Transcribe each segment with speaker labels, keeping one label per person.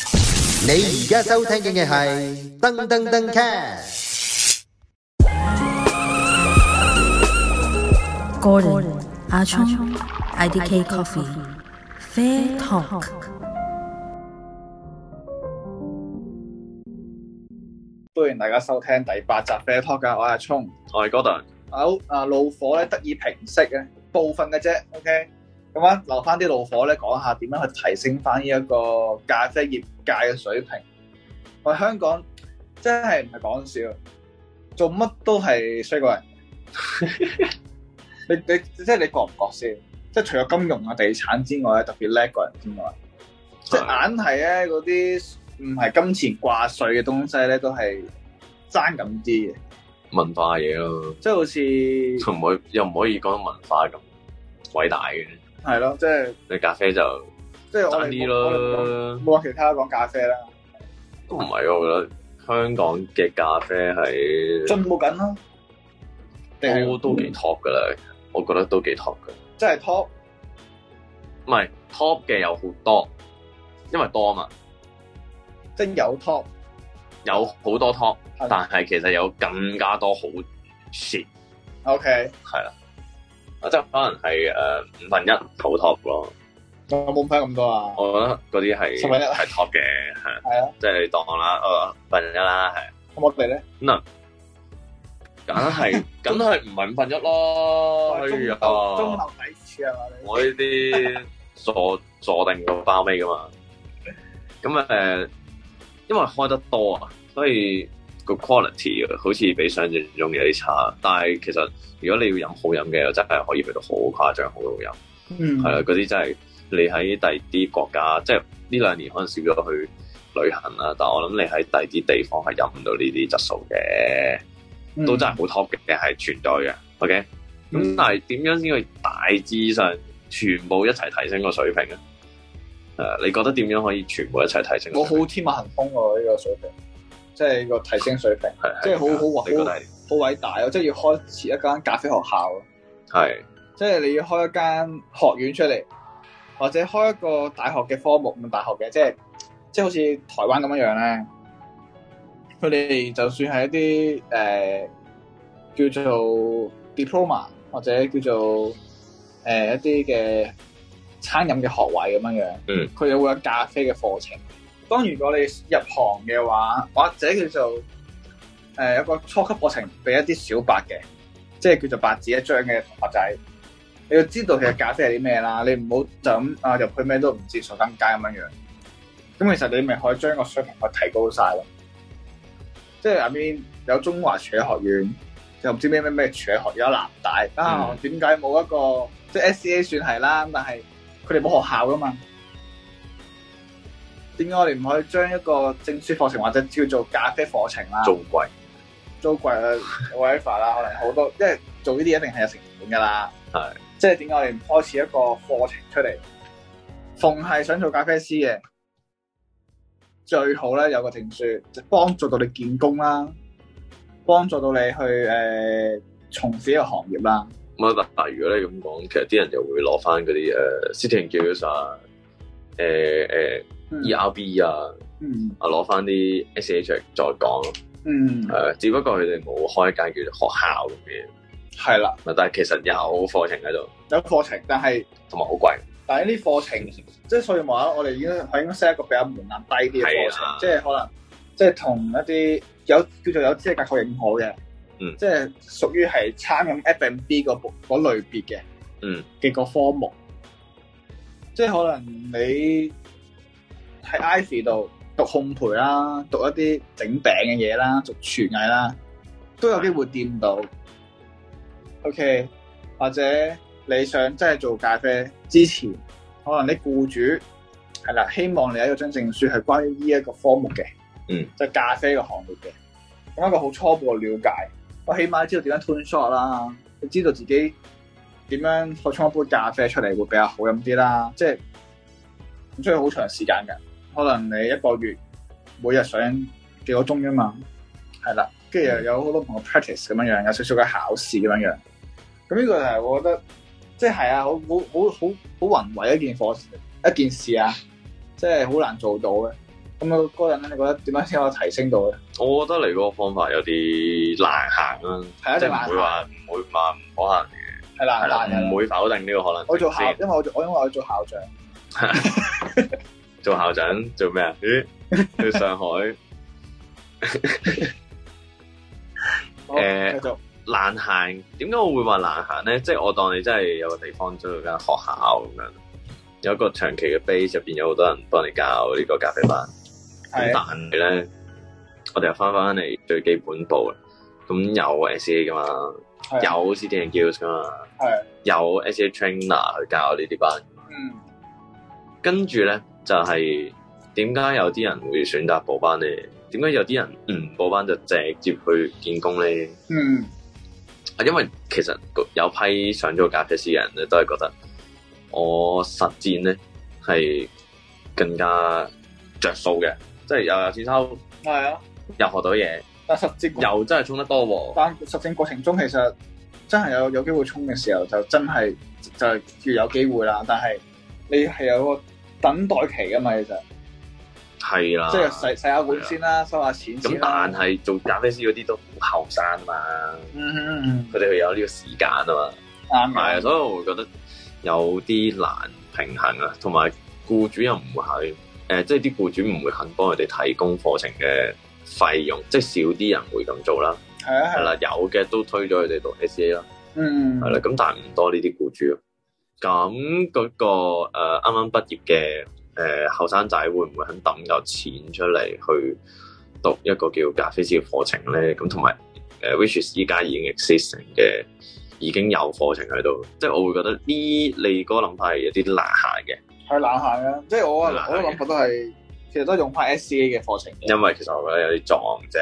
Speaker 1: 你而家收聽嘅係噔噔噔 cast。
Speaker 2: Gordon, Ah Chong, IDK Coffee, Fair Talk.
Speaker 3: 歡迎大家收聽第八集 Fair Talk 啊噶，我係阿聰。
Speaker 4: 我係 Gordon，
Speaker 3: 好啊，怒火咧得以平息嘅，部分嘅啫。OK，咁啊，留翻啲怒火咧，講下點樣去提升翻呢一個咖啡業界嘅水平。我哋香港真係唔係講笑，做乜都係衰過人。你你即係你覺唔覺先？即係除咗金融啊、地產之外咧，特別叻過人啊之外，即係
Speaker 4: 啊
Speaker 3: 啊硬係咧嗰啲唔係金錢掛帥嘅東西咧，都係爭咁啲嘅。
Speaker 4: 文化嘢咯，
Speaker 3: 即係好似
Speaker 4: 唔可以又唔可以講文化咁偉大嘅。
Speaker 3: 係咯，即係
Speaker 4: 你咖啡就
Speaker 3: 即係我
Speaker 4: 爭
Speaker 3: 哋
Speaker 4: 啲
Speaker 3: 冇我哋
Speaker 4: 咯
Speaker 3: 冇，冇話其他講咖啡啦，
Speaker 4: 都唔係我覺得香港嘅咖啡係
Speaker 3: 進步緊咯，定
Speaker 4: 都
Speaker 3: 係
Speaker 4: 都幾 top 噶啦，我覺得都幾 top 噶。
Speaker 3: 即係 top
Speaker 4: 唔係 top 嘅有好多，因為多啊嘛，
Speaker 3: 即係有 top
Speaker 4: 有好多 top，
Speaker 3: 係
Speaker 4: 但係其實有更加多好 shit
Speaker 3: OK，
Speaker 4: 係啦，啊即係可能係誒五分一好 top 咯，
Speaker 3: 有冇咁快咁多啊？
Speaker 4: 我覺得嗰啲係
Speaker 3: 10分一
Speaker 4: 係 top 嘅，係
Speaker 3: 啊係啊，
Speaker 4: 即係你當啦，誒五分一啦，係。
Speaker 3: 咁我哋咧，
Speaker 4: 梗 係梗係唔係五分一咯，
Speaker 3: 我
Speaker 4: 哎
Speaker 3: 係中
Speaker 4: 呀！
Speaker 3: 流中流砥柱係嘛？你
Speaker 4: 我呢啲坐坐定個包尾噶嘛，咁誒、呃因為開得多啊，所以個 quality 啊好似比想象中有啲差，但係其實如果你要飲好飲嘅，又真係可以去到好誇張，好好飲。
Speaker 3: 嗯
Speaker 4: 係啦，啊嗰啲真係你喺第啲國家，即係呢兩年可能少咗去旅行啦，但係我諗你喺第啲地方係飲唔到呢啲質素嘅。
Speaker 3: 嗯
Speaker 4: 都真係好 top 嘅，係存在嘅。OK，咁、
Speaker 3: 嗯
Speaker 4: 但係點樣先可以大致上全部一齊提升個水平咧？誒、你覺得點樣可以全部一齊提升
Speaker 3: 我
Speaker 4: 個水平？
Speaker 3: 好天馬行空喎呢個水平，即係個提升水平，
Speaker 4: 係
Speaker 3: 即係好好
Speaker 4: 你覺得係
Speaker 3: 好偉大啊咯！即係要開設一間咖啡學校啊咯。
Speaker 4: 係
Speaker 3: 即係你要開一間學院出嚟，或者開一個大學嘅科目，唔係大學嘅，即係即係好似台灣咁樣樣咧，佢哋就算係一啲誒、呃叫做 diploma 或者叫做誒、呃一啲嘅餐飲嘅學位咁樣樣，
Speaker 4: 嗯，
Speaker 3: 佢哋會有咖啡嘅課程。當然，我哋入行嘅話，或者叫做誒、呃、一個初級課程俾一啲小白嘅，即係叫做白紙一張嘅同學仔。你要知道其實咖啡係啲咩啦，你唔好就咁啊入去咩都唔知，傻更街咁樣樣。咁其實你咪可以將個水平去提高晒咯。即係入面有中華廚藝學院，又唔知咩咩咩廚藝學院，有南大啊，點解冇一個即係 SCA 算係啦，但係佢哋冇學校噶嘛？點解我哋唔可以將一個證書課程或者叫做咖啡課程啦？
Speaker 4: 做貴
Speaker 3: 租貴啊 whatever 啦，可能好多，因為做呢啲一定係有成本噶啦。
Speaker 4: 係，
Speaker 3: 即係點解我哋唔開始一個課程出嚟？逢係想做咖啡師嘅，最好咧有個證書，就幫助到你見工啦，幫助到你去誒、呃、從事呢個行業啦。
Speaker 4: 咁啊！但係如果你咁講，其實啲人就會攞翻嗰啲誒 sitting gears 啊，誒誒 ERB 啊，
Speaker 3: 嗯
Speaker 4: 啊攞翻啲 SH 嚟再講咯。
Speaker 3: 嗯，
Speaker 4: 誒、只不過佢哋冇開一間叫做學校咁嘅嘢，
Speaker 3: 係啦，
Speaker 4: 但係其實有課程喺度，
Speaker 3: 有課程，但係
Speaker 4: 同埋好貴。
Speaker 3: 但係呢啲課程，即係所以話我哋已經係應該 set 一個比較門檻低啲嘅課
Speaker 4: 係
Speaker 3: 程，
Speaker 4: 啊
Speaker 3: 即係可能即係同一啲有叫做有資格確認可嘅，
Speaker 4: 嗯
Speaker 3: 即係屬於係參飲 F&B 嗰部嗰類別嘅，
Speaker 4: 嗯
Speaker 3: 嘅個科目，即係可能你喺 Ivy 度讀烘焙啦，讀一啲整餅嘅嘢啦，讀廚藝啦，都有機會掂到。OK，或者你想真係做咖啡之前，可能你僱主係啦，希望你有一張證書係關於呢一個科目嘅，
Speaker 4: 嗯，
Speaker 3: 即係咖啡嘅行業嘅，咁啊一個好初步嘅了解。我起碼知道點樣 turn shot 啦，你知道自己點樣去沖一杯咖啡出嚟會比較好飲啲啦。即係唔需要好長時間嘅，可能你一個月每日上幾個鐘啫啊嘛，係啦。跟住又有好多唔同嘅 practice 咁樣樣，有少少嘅考試咁樣樣。咁呢個就係我覺得，即係啊，好好好好好宏偉一件課一件事啊，即係好難做到嘅。咁啊嗰陣咧，你覺得點樣先可以提升到咧？
Speaker 4: 我覺得嚟嗰個方法有啲難行啦，
Speaker 3: 係一
Speaker 4: 即
Speaker 3: 定
Speaker 4: 係
Speaker 3: 難
Speaker 4: 唔會話唔會話唔可行
Speaker 3: 係
Speaker 4: 嘅，係
Speaker 3: 難
Speaker 4: 啦，
Speaker 3: 難嘅。
Speaker 4: 唔會否定呢個可能性
Speaker 3: 我做校，
Speaker 4: 先
Speaker 3: 因為我做我因為我做校長，
Speaker 4: 做校長做 咩啊？咦，去上海
Speaker 3: 好
Speaker 4: 誒
Speaker 3: 繼續
Speaker 4: 難行，點解我會話難行咧？即係我當你真係有個地方租咗間學校咁樣，有一個長期嘅 base 入邊有好多人幫你教呢個咖啡班。咁
Speaker 3: 係啊
Speaker 4: 但係咧，我哋又翻翻嚟最基本步啦。咁有 SCA 噶嘛，
Speaker 3: 係
Speaker 4: 有 CT and Guilds 噶嘛，
Speaker 3: 係
Speaker 4: 有 SCA trainer 去教呢啲班。
Speaker 3: 嗯
Speaker 4: 跟住咧就係點解有啲人會選擇補班咧？點解有啲人唔補班就直接去見工咧？
Speaker 3: 嗯
Speaker 4: 啊，因為其實有批上咗咖啡師嘅人咧，都係覺得我實戰咧係更加着數嘅，即係又有錢收，
Speaker 3: 係啊，
Speaker 4: 又學到嘢。
Speaker 3: 但實踐過
Speaker 4: 又真係衝得多喎。
Speaker 3: 但實踐過程中其實真係有有機會衝嘅時候，就真係就係叫有機會啦。但係你係有個等待期噶嘛，其實
Speaker 4: 係啊啦，
Speaker 3: 即係洗洗下碗先啦，收下錢
Speaker 4: 啊咁
Speaker 3: 先，啦。
Speaker 4: 但係做咖啡師嗰啲都好後生啊嘛，
Speaker 3: 嗯嗯嗯
Speaker 4: 佢哋有呢個時間啊嘛，
Speaker 3: 嗯啱
Speaker 4: 係啊，
Speaker 3: 嘅，
Speaker 4: 所以我會覺得有啲難平衡啊，同埋僱主又唔係誒，即係啲僱主唔會肯幫佢哋提供課程嘅費用，即係少啲人會咁做啦，
Speaker 3: 係啊
Speaker 4: 係
Speaker 3: 係啊，
Speaker 4: 啦，有嘅都推咗佢哋讀 E SCA 啦，
Speaker 3: 嗯
Speaker 4: 係啦，咁但係唔多呢啲僱主咯。咁嗰、個誒啱啱畢業嘅誒後生仔會唔會肯抌嚿錢出嚟去讀一個叫咖啡師嘅課程咧？咁同埋誒 which is 依家已經 existing 嘅已經有課程喺度，即係我會覺得呢你嗰個諗法係有啲難行嘅，
Speaker 3: 係冷下嘅，即係我我
Speaker 4: 冷下
Speaker 3: 嘅諗法都係其實都係用
Speaker 4: 嗯
Speaker 3: 翻 SCA 嘅課程嘅，
Speaker 4: 因為其實我覺得有啲撞啫，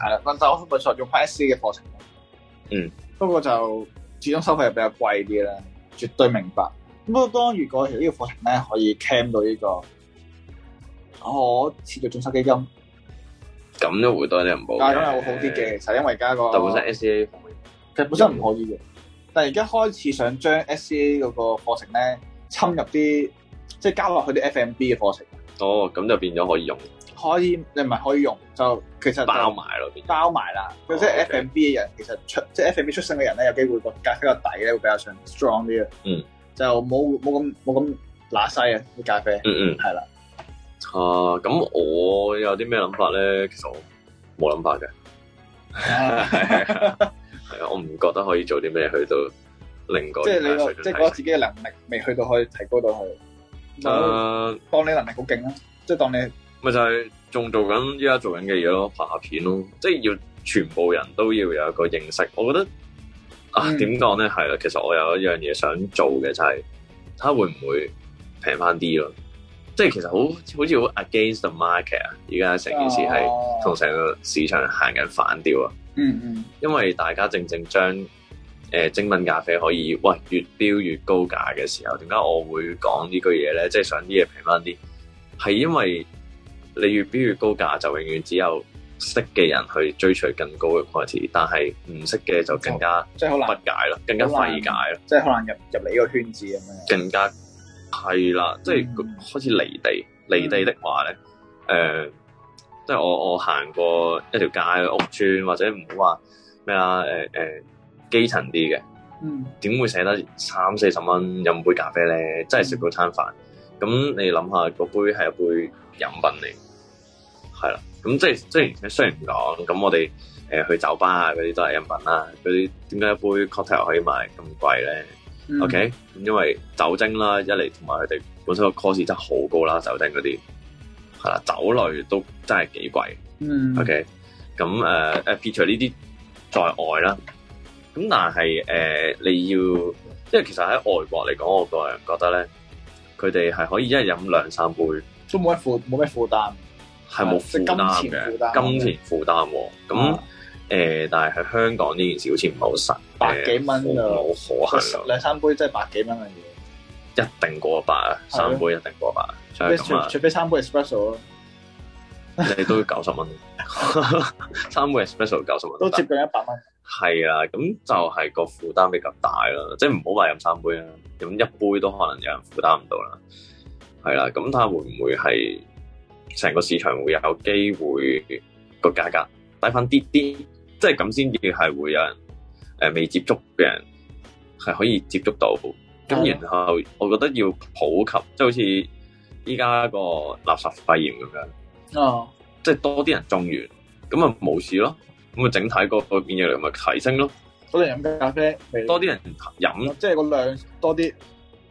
Speaker 3: 係啦，但但我咪就用翻 SCA 嘅課程。
Speaker 4: 嗯，
Speaker 3: 不過就始終收費係比較貴啲啦，絕對明白。咁不過當如果其實呢個課程咧可以 cam 到呢、個可持續進修基金，
Speaker 4: 咁都會對你唔好嘅。
Speaker 3: 但係咁係會好啲嘅，其實因為而家個
Speaker 4: 但本身 SCA 方面
Speaker 3: 其實本身唔可以嘅，但係而家開始想將 SCA 嗰個課程咧侵入啲即係加落去啲 FMB 嘅課程，
Speaker 4: 哦，咁就變咗可以用
Speaker 3: 可以你唔係可以用就其實就
Speaker 4: 包埋咯，變咗
Speaker 3: 包埋啦。佢即係
Speaker 4: 哦，OK
Speaker 3: F&B 嘅人，其實出即係 F&B 出身嘅人咧，有機會個咖啡個底咧會比較上 strong 啲嘅。啊
Speaker 4: 嗯，
Speaker 3: 就冇冇咁冇咁乸西啊啲咖啡，
Speaker 4: 嗯嗯。
Speaker 3: 係啦。
Speaker 4: 啊，咁我有啲咩諗法咧？其實我冇諗 法嘅，係啊，我唔覺得可以做啲咩去到令個
Speaker 3: 即係
Speaker 4: 人
Speaker 3: 你
Speaker 4: 嘅
Speaker 3: 個
Speaker 4: 水準
Speaker 3: 即係覺得
Speaker 4: 提升。
Speaker 3: 自己嘅能力未去到去提高到去，
Speaker 4: 誒，
Speaker 3: 當你能力好勁啦，即係當你
Speaker 4: 啊咪就係仲做緊依家做緊嘅嘢咯，拍下片咯，即係要全部人都要有一個認識。我覺得啊，
Speaker 3: 嗯
Speaker 4: 點講咧？係啦，其實我有一樣嘢想做嘅就係睇下會唔會平翻啲咯。即係其實好好似好 against the market 啊！而家成件事係
Speaker 3: 哦
Speaker 4: 同成個市場行緊反調啊！
Speaker 3: 嗯嗯
Speaker 4: 因為大家正正將誒、呃精品咖啡可以喂越標越高價嘅時候，點解我會講呢句嘢咧？即係想啲嘢平翻啲，係因為你越標越高價，就永遠只有識嘅人去追隨更高嘅 quality，但係唔識嘅就更加
Speaker 3: 即係好
Speaker 4: 不
Speaker 3: 難，
Speaker 4: 解啦，更加費解啦，
Speaker 3: 即係好難入入你呢個圈子咁樣。
Speaker 4: 更加係啦，即係
Speaker 3: 嗯
Speaker 4: 開始離地離地的話咧，誒、即係我我行過一條街屋村或者唔好話咩啊誒誒基層啲嘅。
Speaker 3: 嗯
Speaker 4: 點會捨得三四十蚊飲杯咖啡咧？真係食到餐飯。咁你諗下，嗰杯係一杯飲品嚟，係啦。咁即係雖然雖然講，咁我哋誒、呃去酒吧啊嗰啲都係飲品啦。嗰啲點解一杯 cocktail 可以賣咁貴咧、
Speaker 3: 嗯
Speaker 4: o k 咁因為酒精啦，一嚟同埋佢哋本身個 cost 真係好高啦，酒精嗰啲係啦，酒類都真係幾貴。
Speaker 3: 嗯
Speaker 4: OK，咁誒誒撇除呢啲在外啦，咁但係誒、呃你要，因為其實喺外國嚟講，我個人覺得咧，佢哋係可以一日飲兩三杯，
Speaker 3: 都冇乜負冇咩負擔。
Speaker 4: 係
Speaker 3: 啊
Speaker 4: 冇
Speaker 3: 即係金
Speaker 4: 負擔
Speaker 3: 錢負
Speaker 4: 嘅，
Speaker 3: 擔
Speaker 4: 金錢負擔喎。咁誒、
Speaker 3: 啊
Speaker 4: 呃但係喺香港呢件事好似唔係好實，
Speaker 3: 百幾蚊啊
Speaker 4: 呃
Speaker 3: 就
Speaker 4: 冇可行咯，
Speaker 3: 兩三杯真係百幾蚊嘅嘢。
Speaker 4: 一定過百啊，
Speaker 3: 係咯
Speaker 4: 三杯一定過百，就係咁
Speaker 3: 除
Speaker 4: 啊，
Speaker 3: 除非三杯 espresso 咯，
Speaker 4: 你都要九十蚊，三杯 espresso 九十蚊
Speaker 3: 都接近一百蚊。
Speaker 4: 係啊，咁就係個負擔比較大啦，即係唔好話飲三杯啦，啊飲一杯都可能有人負擔唔到啦。係啦，咁睇下會唔會係成個市場會有機會個價格低翻啲啲，即係咁先至係會有人誒、呃未接觸嘅人係可以接觸到。咁
Speaker 5: 係
Speaker 4: 然後我覺得要普及，即係好似依家個垃圾肺炎咁樣，
Speaker 3: 哦，
Speaker 4: 即係多啲人種完，咁啊冇事咯，咁啊整體個個免疫力咪提升咯，
Speaker 3: 多啲人飲咖啡，未
Speaker 4: 多啲人飲
Speaker 3: 即係個量多啲，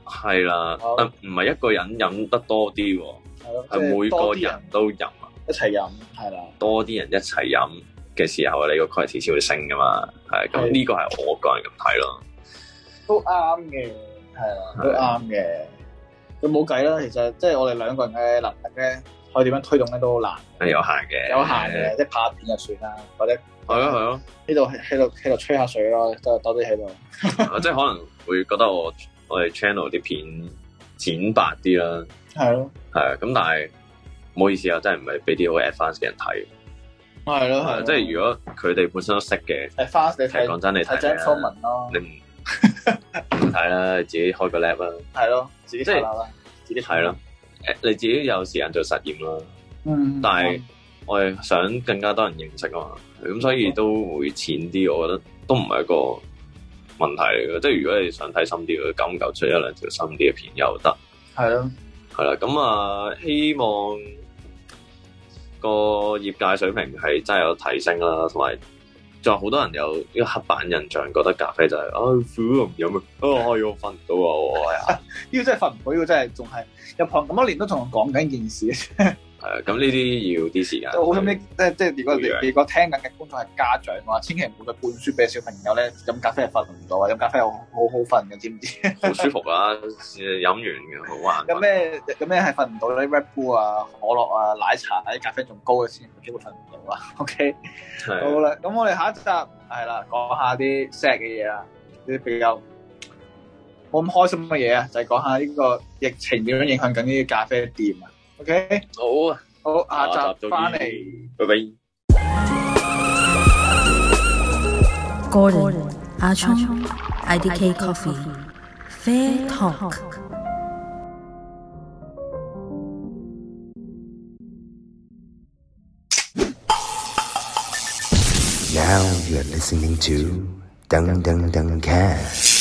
Speaker 4: 係啦
Speaker 3: 好，
Speaker 4: 但唔係一個人飲得多啲喎，
Speaker 3: 係咯，即
Speaker 4: 係
Speaker 3: 係
Speaker 4: 啊每個
Speaker 3: 多啲
Speaker 4: 人都飲啊，
Speaker 3: 一齊飲，係啦，
Speaker 4: 多啲人一齊飲嘅時候，你個 quality 先會升噶嘛，係咁
Speaker 3: 係
Speaker 4: 呢個係我個人咁睇咯，
Speaker 3: 都啱嘅，係啦，
Speaker 4: 係
Speaker 3: 都啱嘅。佢冇計啦，其實即係我哋兩個人嘅能力咧，可以點樣推動咧都好難，
Speaker 4: 係有限嘅，
Speaker 3: 有限嘅，即係拍片就算啦，或者
Speaker 4: 係啊咯係咯。
Speaker 3: 呢度喺度喺度吹下水咯，都多啲喺度。
Speaker 4: 啊 即係可能會覺得我我哋 channel 啲片淺白啲啦，
Speaker 3: 係咯，
Speaker 4: 係啊咁，但係唔好意思啊，真係唔係俾啲好 advanced 嘅人睇，
Speaker 3: 係咯，
Speaker 4: 係
Speaker 3: 係。
Speaker 4: 啊即係如果佢哋本身都識嘅，
Speaker 3: 係 fast 你
Speaker 4: 其實
Speaker 3: 睇
Speaker 4: 講真你
Speaker 3: 睇
Speaker 4: 睇啊
Speaker 3: James f o r
Speaker 4: 啦
Speaker 3: m a n 咯，
Speaker 4: 你唔唔 睇啦，你自己開個 lab 啦，
Speaker 3: 係咯，自己
Speaker 4: 即係
Speaker 3: 睇啦，自己
Speaker 4: 係咯，，誒你自己有時間做實驗啦，
Speaker 3: 嗯，
Speaker 4: 但係我係想更加多人認識啊嘛，咁所
Speaker 3: 嗯
Speaker 4: 以都會淺啲，我覺得都唔係一個問題嚟嘅，即係如果你想睇深啲嘅，夠唔夠出一兩條深啲嘅片又得。
Speaker 3: 係咯，
Speaker 4: 係啦，咁啊，希望個業界水平係真係有提升啦，同埋仲有好多人有呢個刻板印象，覺得咖啡就係、啊苦我唔飲啊，啊我要瞓唔到啊，我係啊，
Speaker 3: 呢個真係瞓唔到，呢個真係仲係入行咁多年都仲講緊件事。
Speaker 4: 係啊，咁呢啲要啲時間。
Speaker 3: 我好想啲即即係如果
Speaker 4: 培養
Speaker 3: 你如果聽緊嘅觀眾係家長嘅話，千祈唔好再灌輸俾小朋友咧飲咖啡係瞓唔到啊，飲咖啡好好好瞓嘅，知唔知？
Speaker 4: 好舒服啊，飲完嘅好 玩。
Speaker 3: 有咩有咩係瞓唔到咧？Red Bull 啊、可樂啊、奶茶啲咖啡仲高嘅先有機會瞓唔到啊。OK，好
Speaker 4: 係
Speaker 3: 啦，咁我哋下一集係啦，講下啲 sad 嘅嘢啦，啲比較冇咁開心嘅嘢啊，就係講下呢個疫情點樣影響緊呢啲咖啡店啊。OK，
Speaker 4: 好啊，
Speaker 3: 好，下
Speaker 4: 下集
Speaker 3: 集
Speaker 4: 再
Speaker 3: 翻嚟。
Speaker 4: 見，拜拜。
Speaker 2: Gordon, Achong, IDK Coffee, Fair Talk.
Speaker 1: Now you're listening to Dung Dung Dung Cat.